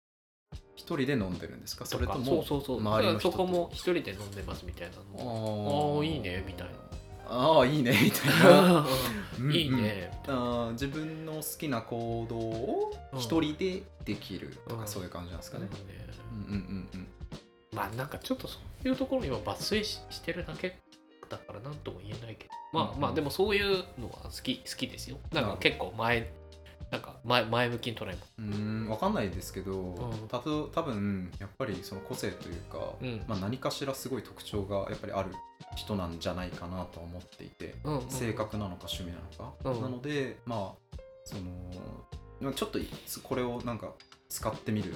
[SPEAKER 2] 一人で飲んでるんですかそれとも
[SPEAKER 1] そうそうそう
[SPEAKER 2] 周りの人と
[SPEAKER 1] そこも一人で飲んでますみたいなのも
[SPEAKER 2] あ
[SPEAKER 1] あーいいねみたいな
[SPEAKER 2] ああいいねみたい なうんうん
[SPEAKER 1] いいねみたいな
[SPEAKER 2] あー自分の好きな行動を一人でできるとか、
[SPEAKER 1] うん
[SPEAKER 2] そういう感じなんですかね、
[SPEAKER 1] ね
[SPEAKER 2] うん、うんうんうん
[SPEAKER 1] まあなんかちょっとそういうところには抜粋ししてるだけだからなんとも言えないけどまあ、
[SPEAKER 2] うん
[SPEAKER 1] まあでもそういうのは好き好きですよなんか結構前なんか前前向きに捉えます
[SPEAKER 2] うーんわかんないですけど、
[SPEAKER 1] ん
[SPEAKER 2] たと多分やっぱりその個性というか、
[SPEAKER 1] うん
[SPEAKER 2] まあ、何かしらすごい特徴がやっぱりある人なんじゃないかなとは思っていて、
[SPEAKER 1] うんうん
[SPEAKER 2] 性格なのか趣味なのか、
[SPEAKER 1] うん
[SPEAKER 2] なのでまあそのまあちょっとこれをなんか使ってみる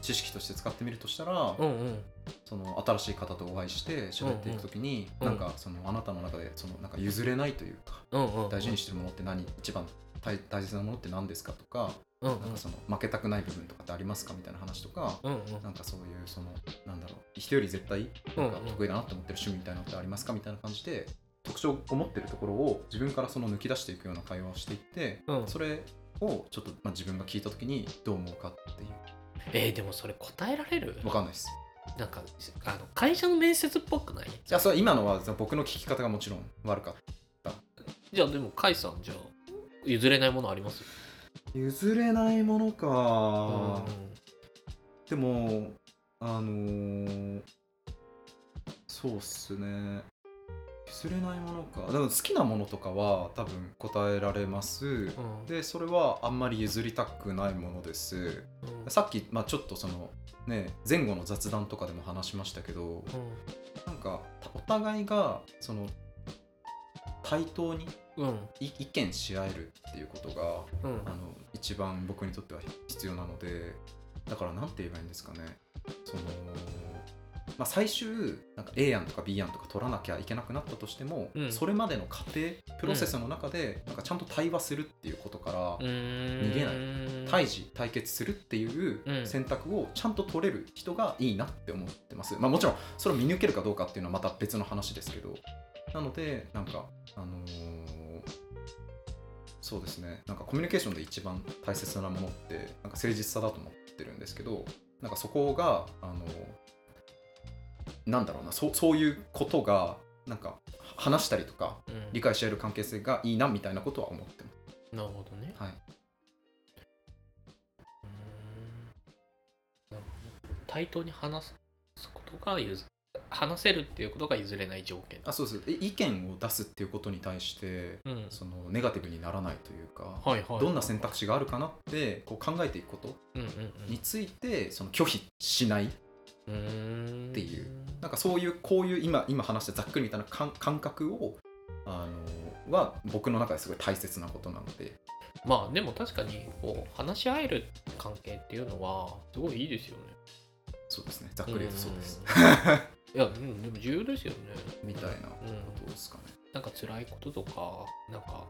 [SPEAKER 2] 知識として使ってみるとしたら、
[SPEAKER 1] うんうん
[SPEAKER 2] その新しい方とお会いして喋っていくときに、
[SPEAKER 1] うんうん
[SPEAKER 2] なんかそのあなたの中でそのなんか譲れないというか、
[SPEAKER 1] うんうん
[SPEAKER 2] 大事にしてるものって何一番大大切なものって何ですかとか,、
[SPEAKER 1] うんうん
[SPEAKER 2] なんかその負けたくない部分とかってありますかみたいな話とか、
[SPEAKER 1] うんうん
[SPEAKER 2] なんかそういうそのなんだろう人より絶対なんか
[SPEAKER 1] うんうん
[SPEAKER 2] 得意だなって思ってる趣味みたいなのってありますかみたいな感じで特徴を持ってるところを自分からその抜き出していくような会話をしていって、
[SPEAKER 1] うん
[SPEAKER 2] それをちょっと、まあ、自分が聞いた時にどう思うかっていう
[SPEAKER 1] えーでもそれ答えられる
[SPEAKER 2] わかんないです
[SPEAKER 1] なんかあの会社の面接っぽくない
[SPEAKER 2] いやそれは今のは僕の聞き方がもちろん悪かった
[SPEAKER 1] じゃあでも甲斐さんじゃあ譲れないものあります
[SPEAKER 2] 譲れないものか
[SPEAKER 1] うん
[SPEAKER 2] でもあのーそうっすね譲れないものかでも好きなものとかは多分答えられます
[SPEAKER 1] うん
[SPEAKER 2] でそれはあんまり譲りたくないものです
[SPEAKER 1] うん
[SPEAKER 2] さっき、まあ、ちょっとそのね前後の雑談とかでも話しましたけどなんかたお互いがその対等に
[SPEAKER 1] うんうん
[SPEAKER 2] い意見し合えるっていうことが
[SPEAKER 1] うん
[SPEAKER 2] あの一番僕にとっては必要なのでだから何て言えばいいんですかねその、まあ、最終なんか A 案とか B 案とか取らなきゃいけなくなったとしても、
[SPEAKER 1] うん
[SPEAKER 2] それまでの過程プロセスの中でなんかちゃんと対話するっていうことか
[SPEAKER 1] 逃
[SPEAKER 2] ら、逃げない
[SPEAKER 1] な
[SPEAKER 2] 対峙対決するっていう
[SPEAKER 1] うん
[SPEAKER 2] 選択をちゃんと取れる人がいいなって思ってます、まあ、もちろんそれを見抜けるかどうかっていうのはまた別の話ですけどなのでなんかあのーそうですねなんかコミュニケーションで一番大切なものってなんか誠実さだと思ってるんですけどなんかそこがあのーなんだろうなそうそういうことがなんか話したりとか理解し合える関係性がいいなみたいなことは思ってま
[SPEAKER 1] なるほどね
[SPEAKER 2] す、はい、
[SPEAKER 1] うんなるほど対等に話すことが譲話せるっていうことが譲れない条件
[SPEAKER 2] あそうですえ意見を出すっていうことに対して
[SPEAKER 1] うん
[SPEAKER 2] そのネガティブにならないというか、
[SPEAKER 1] はいはい
[SPEAKER 2] どんな選択肢があるかなってこう考えていくこと
[SPEAKER 1] うんうん
[SPEAKER 2] についてその拒否しない
[SPEAKER 1] うん
[SPEAKER 2] っていうなんかそういうこういう今今話したざっくりみたいな感感覚をあのは僕の中ですごい大切なことなので
[SPEAKER 1] まあでも確かにこう話し合える関係っていうのはすごいいいですよね
[SPEAKER 2] そうですねざっくり言うとそうです、
[SPEAKER 1] うんいやうんでも重要ですよね
[SPEAKER 2] みたい
[SPEAKER 1] う
[SPEAKER 2] な
[SPEAKER 1] ん
[SPEAKER 2] ことですかね
[SPEAKER 1] なんか辛いこととかなんか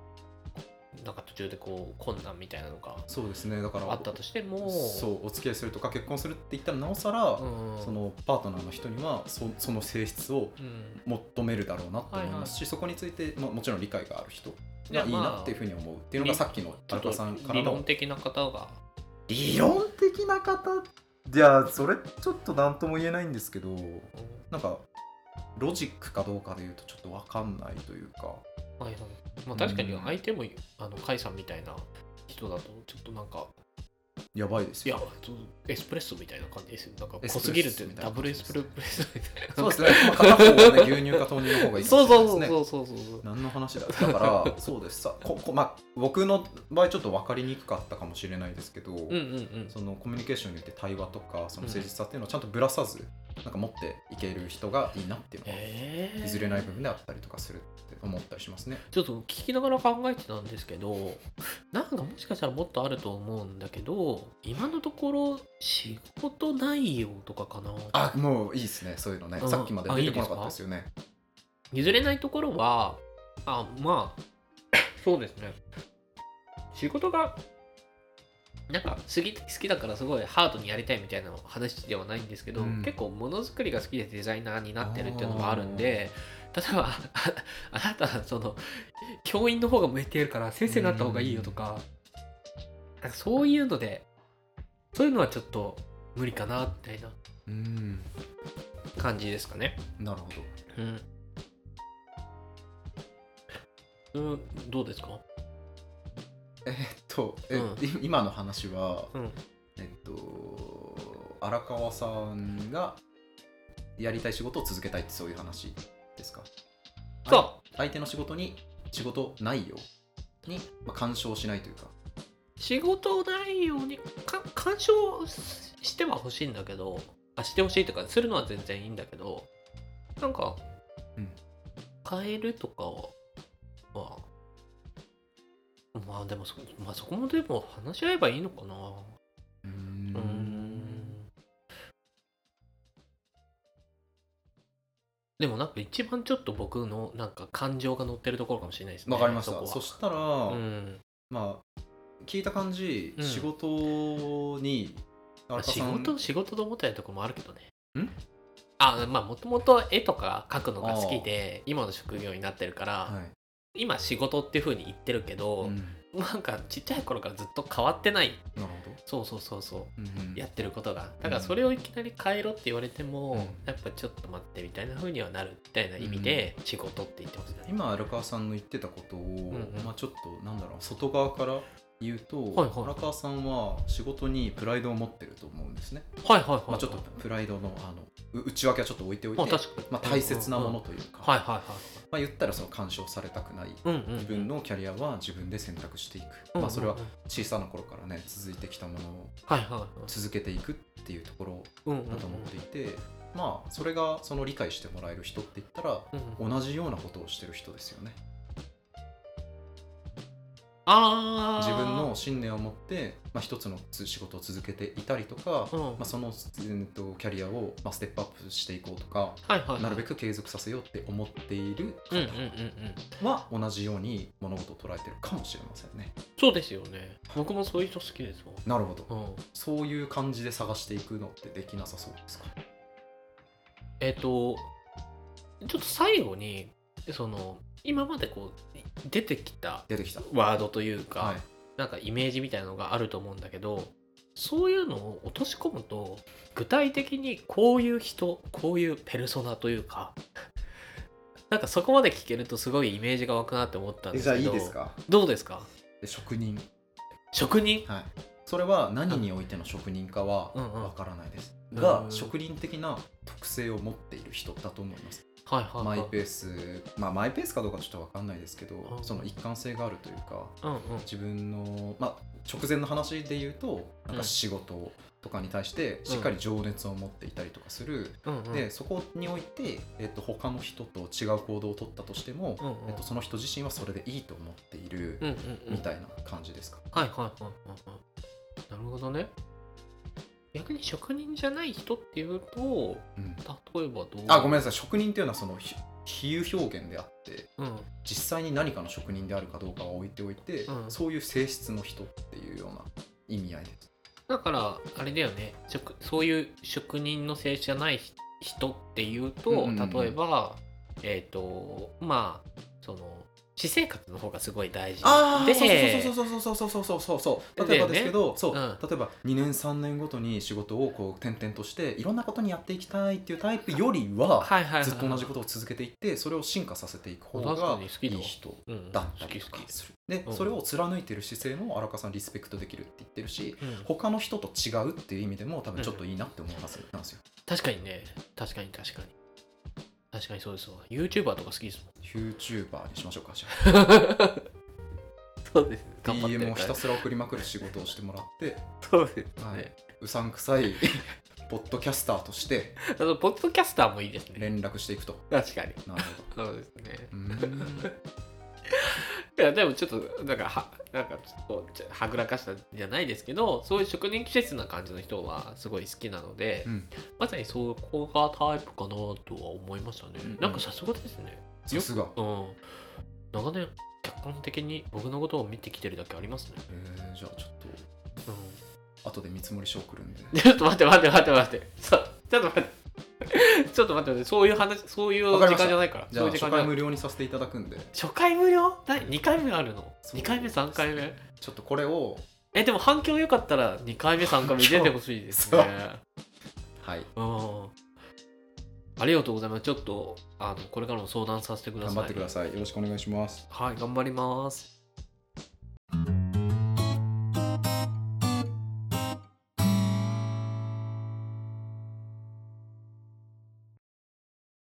[SPEAKER 1] なんか途中でこう困難みたいなのが
[SPEAKER 2] そうですねだから
[SPEAKER 1] あったとしても
[SPEAKER 2] そうお付き合いするとか結婚するって言ったらなおさら、
[SPEAKER 1] うん
[SPEAKER 2] そのパートナーの人にはそその性質を
[SPEAKER 1] うん
[SPEAKER 2] 求めるだろうなって思いますし、そこについてももちろん理解がある人
[SPEAKER 1] いや
[SPEAKER 2] がいい
[SPEAKER 1] ま
[SPEAKER 2] な
[SPEAKER 1] あ
[SPEAKER 2] っていうふうに思うっていうのがさっきの
[SPEAKER 1] ち
[SPEAKER 2] ア
[SPEAKER 1] ょ
[SPEAKER 2] ル
[SPEAKER 1] っ
[SPEAKER 2] カ
[SPEAKER 1] と
[SPEAKER 2] さんから
[SPEAKER 1] 理
[SPEAKER 2] の
[SPEAKER 1] 論的な方が
[SPEAKER 2] 理論的な方じゃあそれちょっと何とも言えないんですけど
[SPEAKER 1] うん
[SPEAKER 2] なんかロジックかどうかで言うとちょっと分かんないというか
[SPEAKER 1] はいはいまあ確かに
[SPEAKER 2] うん
[SPEAKER 1] 相手もあの甲斐さんみたいな人だとちょっとなんか
[SPEAKER 2] やばいです
[SPEAKER 1] いや
[SPEAKER 2] よ
[SPEAKER 1] そうエスプレッソみたいな感じですよなんか
[SPEAKER 2] エスプレッソ
[SPEAKER 1] 濃すぎるって
[SPEAKER 2] みたい
[SPEAKER 1] ダ
[SPEAKER 2] な
[SPEAKER 1] ブルエスプレッソみたいな
[SPEAKER 2] そうですね、まあ、片方はね牛乳か豆乳の方がいいか
[SPEAKER 1] そ
[SPEAKER 2] も
[SPEAKER 1] う
[SPEAKER 2] しれな
[SPEAKER 1] そ
[SPEAKER 2] い
[SPEAKER 1] そう
[SPEAKER 2] うですね
[SPEAKER 1] そうそうそう
[SPEAKER 2] 何の話だだからそうですさここ、まあ、僕の場合ちょっと分かりにくかったかもしれないですけど、
[SPEAKER 1] うんうんうん
[SPEAKER 2] そのコミュニケーションによって対話とかその誠実さっていうのをちゃんとぶらさず、なんか持っていける人がいいなっていうのは
[SPEAKER 1] ええ
[SPEAKER 2] 譲れない部分であったりとかするって思ったりしますね。
[SPEAKER 1] ちょっと聞きながら考えてたんですけどなんかもしかしたらもっとあると思うんだけど今のところ仕事内容とかかな
[SPEAKER 2] あもういいですねそういうのね
[SPEAKER 1] うん
[SPEAKER 2] さっきまで出てこなかったですよね。
[SPEAKER 1] 譲れないところはあまあ そうですね仕事がなんか好き好きだからすごいハードにやりたいみたいな話ではないんですけど、
[SPEAKER 2] うん
[SPEAKER 1] 結構ものづくりが好きでデザイナーになってるっていうのもあるんで例えばあ あなたその教員の方が向いてるから先生になった方がいいよとか,、なんかそういうのでそういうのはちょっと無理かなみたいな
[SPEAKER 2] うん
[SPEAKER 1] 感じですかね。
[SPEAKER 2] なるほど。
[SPEAKER 1] うん。うん、どうですか。
[SPEAKER 2] えっとえ、
[SPEAKER 1] うん
[SPEAKER 2] い今の話は、
[SPEAKER 1] うん。
[SPEAKER 2] えっと荒川さんがやりたい仕事を続けたいってそういう話ですか
[SPEAKER 1] そう
[SPEAKER 2] 相手の仕事に仕事内容に、まあ、干渉しないというか。
[SPEAKER 1] 仕事内容にか干渉ししては欲しいんだけど、あしてほしいとかするのは全然いいんだけど、なんか、
[SPEAKER 2] うん
[SPEAKER 1] 変えるとかは、はまあでもそ,、まあ、そこもでも話し合えばいいのかな
[SPEAKER 2] うー
[SPEAKER 1] うんんでもなんか一番ちょっと僕のなんか感情が乗ってるところかもしれないですね
[SPEAKER 2] わかりました
[SPEAKER 1] こ
[SPEAKER 2] そ
[SPEAKER 1] は
[SPEAKER 2] したら、
[SPEAKER 1] うん
[SPEAKER 2] まあ聞いた感じ、
[SPEAKER 1] うん
[SPEAKER 2] 仕事に
[SPEAKER 1] まあ
[SPEAKER 2] 荒川
[SPEAKER 1] 仕
[SPEAKER 2] さん
[SPEAKER 1] 事仕事と思ったりとこもあるけどね
[SPEAKER 2] ん
[SPEAKER 1] あまあもともと絵とか描くのが好きで今の職業になってるから、
[SPEAKER 2] はい
[SPEAKER 1] 今仕事っていうふうに言ってるけど
[SPEAKER 2] う、ん
[SPEAKER 1] なんかちっちゃい頃からずっと変わってない
[SPEAKER 2] なるほど
[SPEAKER 1] そうそうそうそう
[SPEAKER 2] うんうん
[SPEAKER 1] やってることがだからそれをいきなり変えろって言われても、
[SPEAKER 2] う
[SPEAKER 1] やっぱちょっと待ってみたいな風にはなるみたいな意味で仕事って言ってますね、
[SPEAKER 2] 今荒川さんの言ってたことを、
[SPEAKER 1] んうん
[SPEAKER 2] まあ、ちょっとなんだろう外側から言うと、
[SPEAKER 1] はいはい
[SPEAKER 2] 荒川さんは仕事にプライドを持ってると思うんですね、
[SPEAKER 1] はいはいはい、
[SPEAKER 2] まあ、ちょっとプライドのあのう内訳はちょっと置いておいて、
[SPEAKER 1] まあ確かに、
[SPEAKER 2] まあ、大切なもの
[SPEAKER 1] うんうん
[SPEAKER 2] というか、
[SPEAKER 1] うんはいはいはい
[SPEAKER 2] まあ、言ったらその干渉されたくない
[SPEAKER 1] うんうん、
[SPEAKER 2] 自分のキャリアは自分で選択していく、
[SPEAKER 1] うんうんうん、
[SPEAKER 2] まあ、それは小さな頃からね続いてきたものを
[SPEAKER 1] はいはいはい
[SPEAKER 2] 続けていくっていうところ
[SPEAKER 1] うんうんうん
[SPEAKER 2] だと思っていて、まあそれがその理解してもらえる人って言ったら
[SPEAKER 1] うんうん
[SPEAKER 2] 同じようなことをしてる人ですよね
[SPEAKER 1] あー
[SPEAKER 2] 自分の信念を持って、まあ、一つの仕事を続けていたりとか、
[SPEAKER 1] うん
[SPEAKER 2] まあ、その、うんとキャリアを、まあ、ステップアップしていこうとか
[SPEAKER 1] はいはいはい
[SPEAKER 2] なるべく継続させようって思っている
[SPEAKER 1] うんうんうんうん
[SPEAKER 2] は同じように物事を捉えてるかもしれませんね
[SPEAKER 1] そうですよね僕もそういう人好きです
[SPEAKER 2] なるほど
[SPEAKER 1] もん、うん、
[SPEAKER 2] そういう感じで探していくのってできなさそうですか
[SPEAKER 1] えっ、とちょっと最後にその今までこう出てきた
[SPEAKER 2] 出てきた
[SPEAKER 1] ワードというか、
[SPEAKER 2] はい
[SPEAKER 1] なんかイメージみたいなのがあると思うんだけどそういうのを落とし込むと具体的にこういう人こういうペルソナというか なんかそこまで聞けるとすごいイメージが湧くなって思ったん
[SPEAKER 2] え
[SPEAKER 1] です
[SPEAKER 2] じゃあ
[SPEAKER 1] けど
[SPEAKER 2] いいですか
[SPEAKER 1] どうですか
[SPEAKER 2] で職人
[SPEAKER 1] 職人
[SPEAKER 2] はいそれは何においての職人かは
[SPEAKER 1] うんうん
[SPEAKER 2] わからないです、
[SPEAKER 1] うん
[SPEAKER 2] が職人的な特性を持っている人だと思います、
[SPEAKER 1] はいはいは
[SPEAKER 2] マ
[SPEAKER 1] い
[SPEAKER 2] イペースまあマイペースかどうかちょっとわかんないですけど
[SPEAKER 1] うん
[SPEAKER 2] その一貫性があるというか
[SPEAKER 1] うんうん
[SPEAKER 2] 自分のまあ直前の話で言うとなん
[SPEAKER 1] うん
[SPEAKER 2] か仕事とかに対してしっかり情熱を持っていたりとかする、
[SPEAKER 1] うんうん
[SPEAKER 2] でそこにおいて、えっと、他の人と違う行動を取ったとしても、
[SPEAKER 1] うんうん
[SPEAKER 2] えっと、その人自身はそれでいいと思っている
[SPEAKER 1] うんうんうん
[SPEAKER 2] みたいな感じですか、
[SPEAKER 1] はいはいはいはいはいなるほどね逆に職人じゃない人っていうと
[SPEAKER 2] うん
[SPEAKER 1] 例えばどう
[SPEAKER 2] あごめんなさい職人っていうのはそのひ比喩表現であって
[SPEAKER 1] うん
[SPEAKER 2] 実際に何かの職人であるかどうかは置いておいて、
[SPEAKER 1] うん
[SPEAKER 2] そういう性質の人っていうような意味合いです
[SPEAKER 1] だからあれだよね職そういう職人の性質じゃないひ人っていうと、
[SPEAKER 2] うんうんうん
[SPEAKER 1] 例えばえっ、とまあその私生活の方がすごい大事
[SPEAKER 2] で
[SPEAKER 1] で
[SPEAKER 2] そうそうそうそうそうそうそうそうそう例えばですけど、そう、
[SPEAKER 1] うん
[SPEAKER 2] 例えば2年3年ごとに仕事をこう転々としていろんなことにやっていきたいっていうタイプよりは、
[SPEAKER 1] はいはいはいはい
[SPEAKER 2] ずっと同じことを続けていってそれを進化させていく方
[SPEAKER 1] 確
[SPEAKER 2] が
[SPEAKER 1] かに好
[SPEAKER 2] い
[SPEAKER 1] きだ
[SPEAKER 2] い人
[SPEAKER 1] うん
[SPEAKER 2] だった
[SPEAKER 1] 好
[SPEAKER 2] り
[SPEAKER 1] き
[SPEAKER 2] と
[SPEAKER 1] 好
[SPEAKER 2] か
[SPEAKER 1] き、
[SPEAKER 2] するで
[SPEAKER 1] うん
[SPEAKER 2] それを貫いてる姿勢も荒川さんリスペクトできるって言ってるし
[SPEAKER 1] うん
[SPEAKER 2] 他の人と違うっていう意味でも多分ちょっといいなって思いますなんですよ
[SPEAKER 1] 確かにね確かに確かに確かにそうですわ YouTuber とか好き ですもん
[SPEAKER 2] YouTuber にしましょうかじゃ
[SPEAKER 1] そうです
[SPEAKER 2] あ
[SPEAKER 1] 頑張って
[SPEAKER 2] DM をひた
[SPEAKER 1] す
[SPEAKER 2] すら送りまくる仕事をしてもらって
[SPEAKER 1] そうですね、
[SPEAKER 2] はいうさんくさい ポッドキャスターとして
[SPEAKER 1] あのポッドキャスターもいいですね
[SPEAKER 2] 連絡していくと
[SPEAKER 1] 確かに
[SPEAKER 2] なるほど
[SPEAKER 1] そうですね
[SPEAKER 2] うーん
[SPEAKER 1] いやでもちょっとなんかはなんかちょっとちょはぐらかしたじゃないですけどそういう職人季節な感じの人はすごい好きなので、
[SPEAKER 2] うん
[SPEAKER 1] まさにそうこがタイプかなとは思いましたね、
[SPEAKER 2] うん
[SPEAKER 1] なんかさすがですね
[SPEAKER 2] さすが
[SPEAKER 1] うん長年客観的に僕のことを見てきてるだけありますね、
[SPEAKER 2] えーじゃあちょっ
[SPEAKER 1] うん、
[SPEAKER 2] と後で見積もり書送るん で
[SPEAKER 1] ちょっと待って待って待って待ってそうちょっと待って ちょっと待って待ってそういう話そういう
[SPEAKER 2] わかり
[SPEAKER 1] 時
[SPEAKER 2] ました
[SPEAKER 1] 間じゃないから
[SPEAKER 2] じゃあ
[SPEAKER 1] そういう時間
[SPEAKER 2] 初
[SPEAKER 1] じゃ
[SPEAKER 2] 回
[SPEAKER 1] ない
[SPEAKER 2] 無料にさせていただくんで
[SPEAKER 1] 初回無料第2回目あるの
[SPEAKER 2] そう
[SPEAKER 1] 2回目3回目
[SPEAKER 2] ちょっとこれを
[SPEAKER 1] えでも反響良かったら2回目3回目出てほしいです
[SPEAKER 2] そう
[SPEAKER 1] ね
[SPEAKER 2] はい
[SPEAKER 1] うんありがとうございますちょっとあのこれからも相談させてください
[SPEAKER 2] 頑張ってくださいよろしくお願いします
[SPEAKER 1] はい頑張ります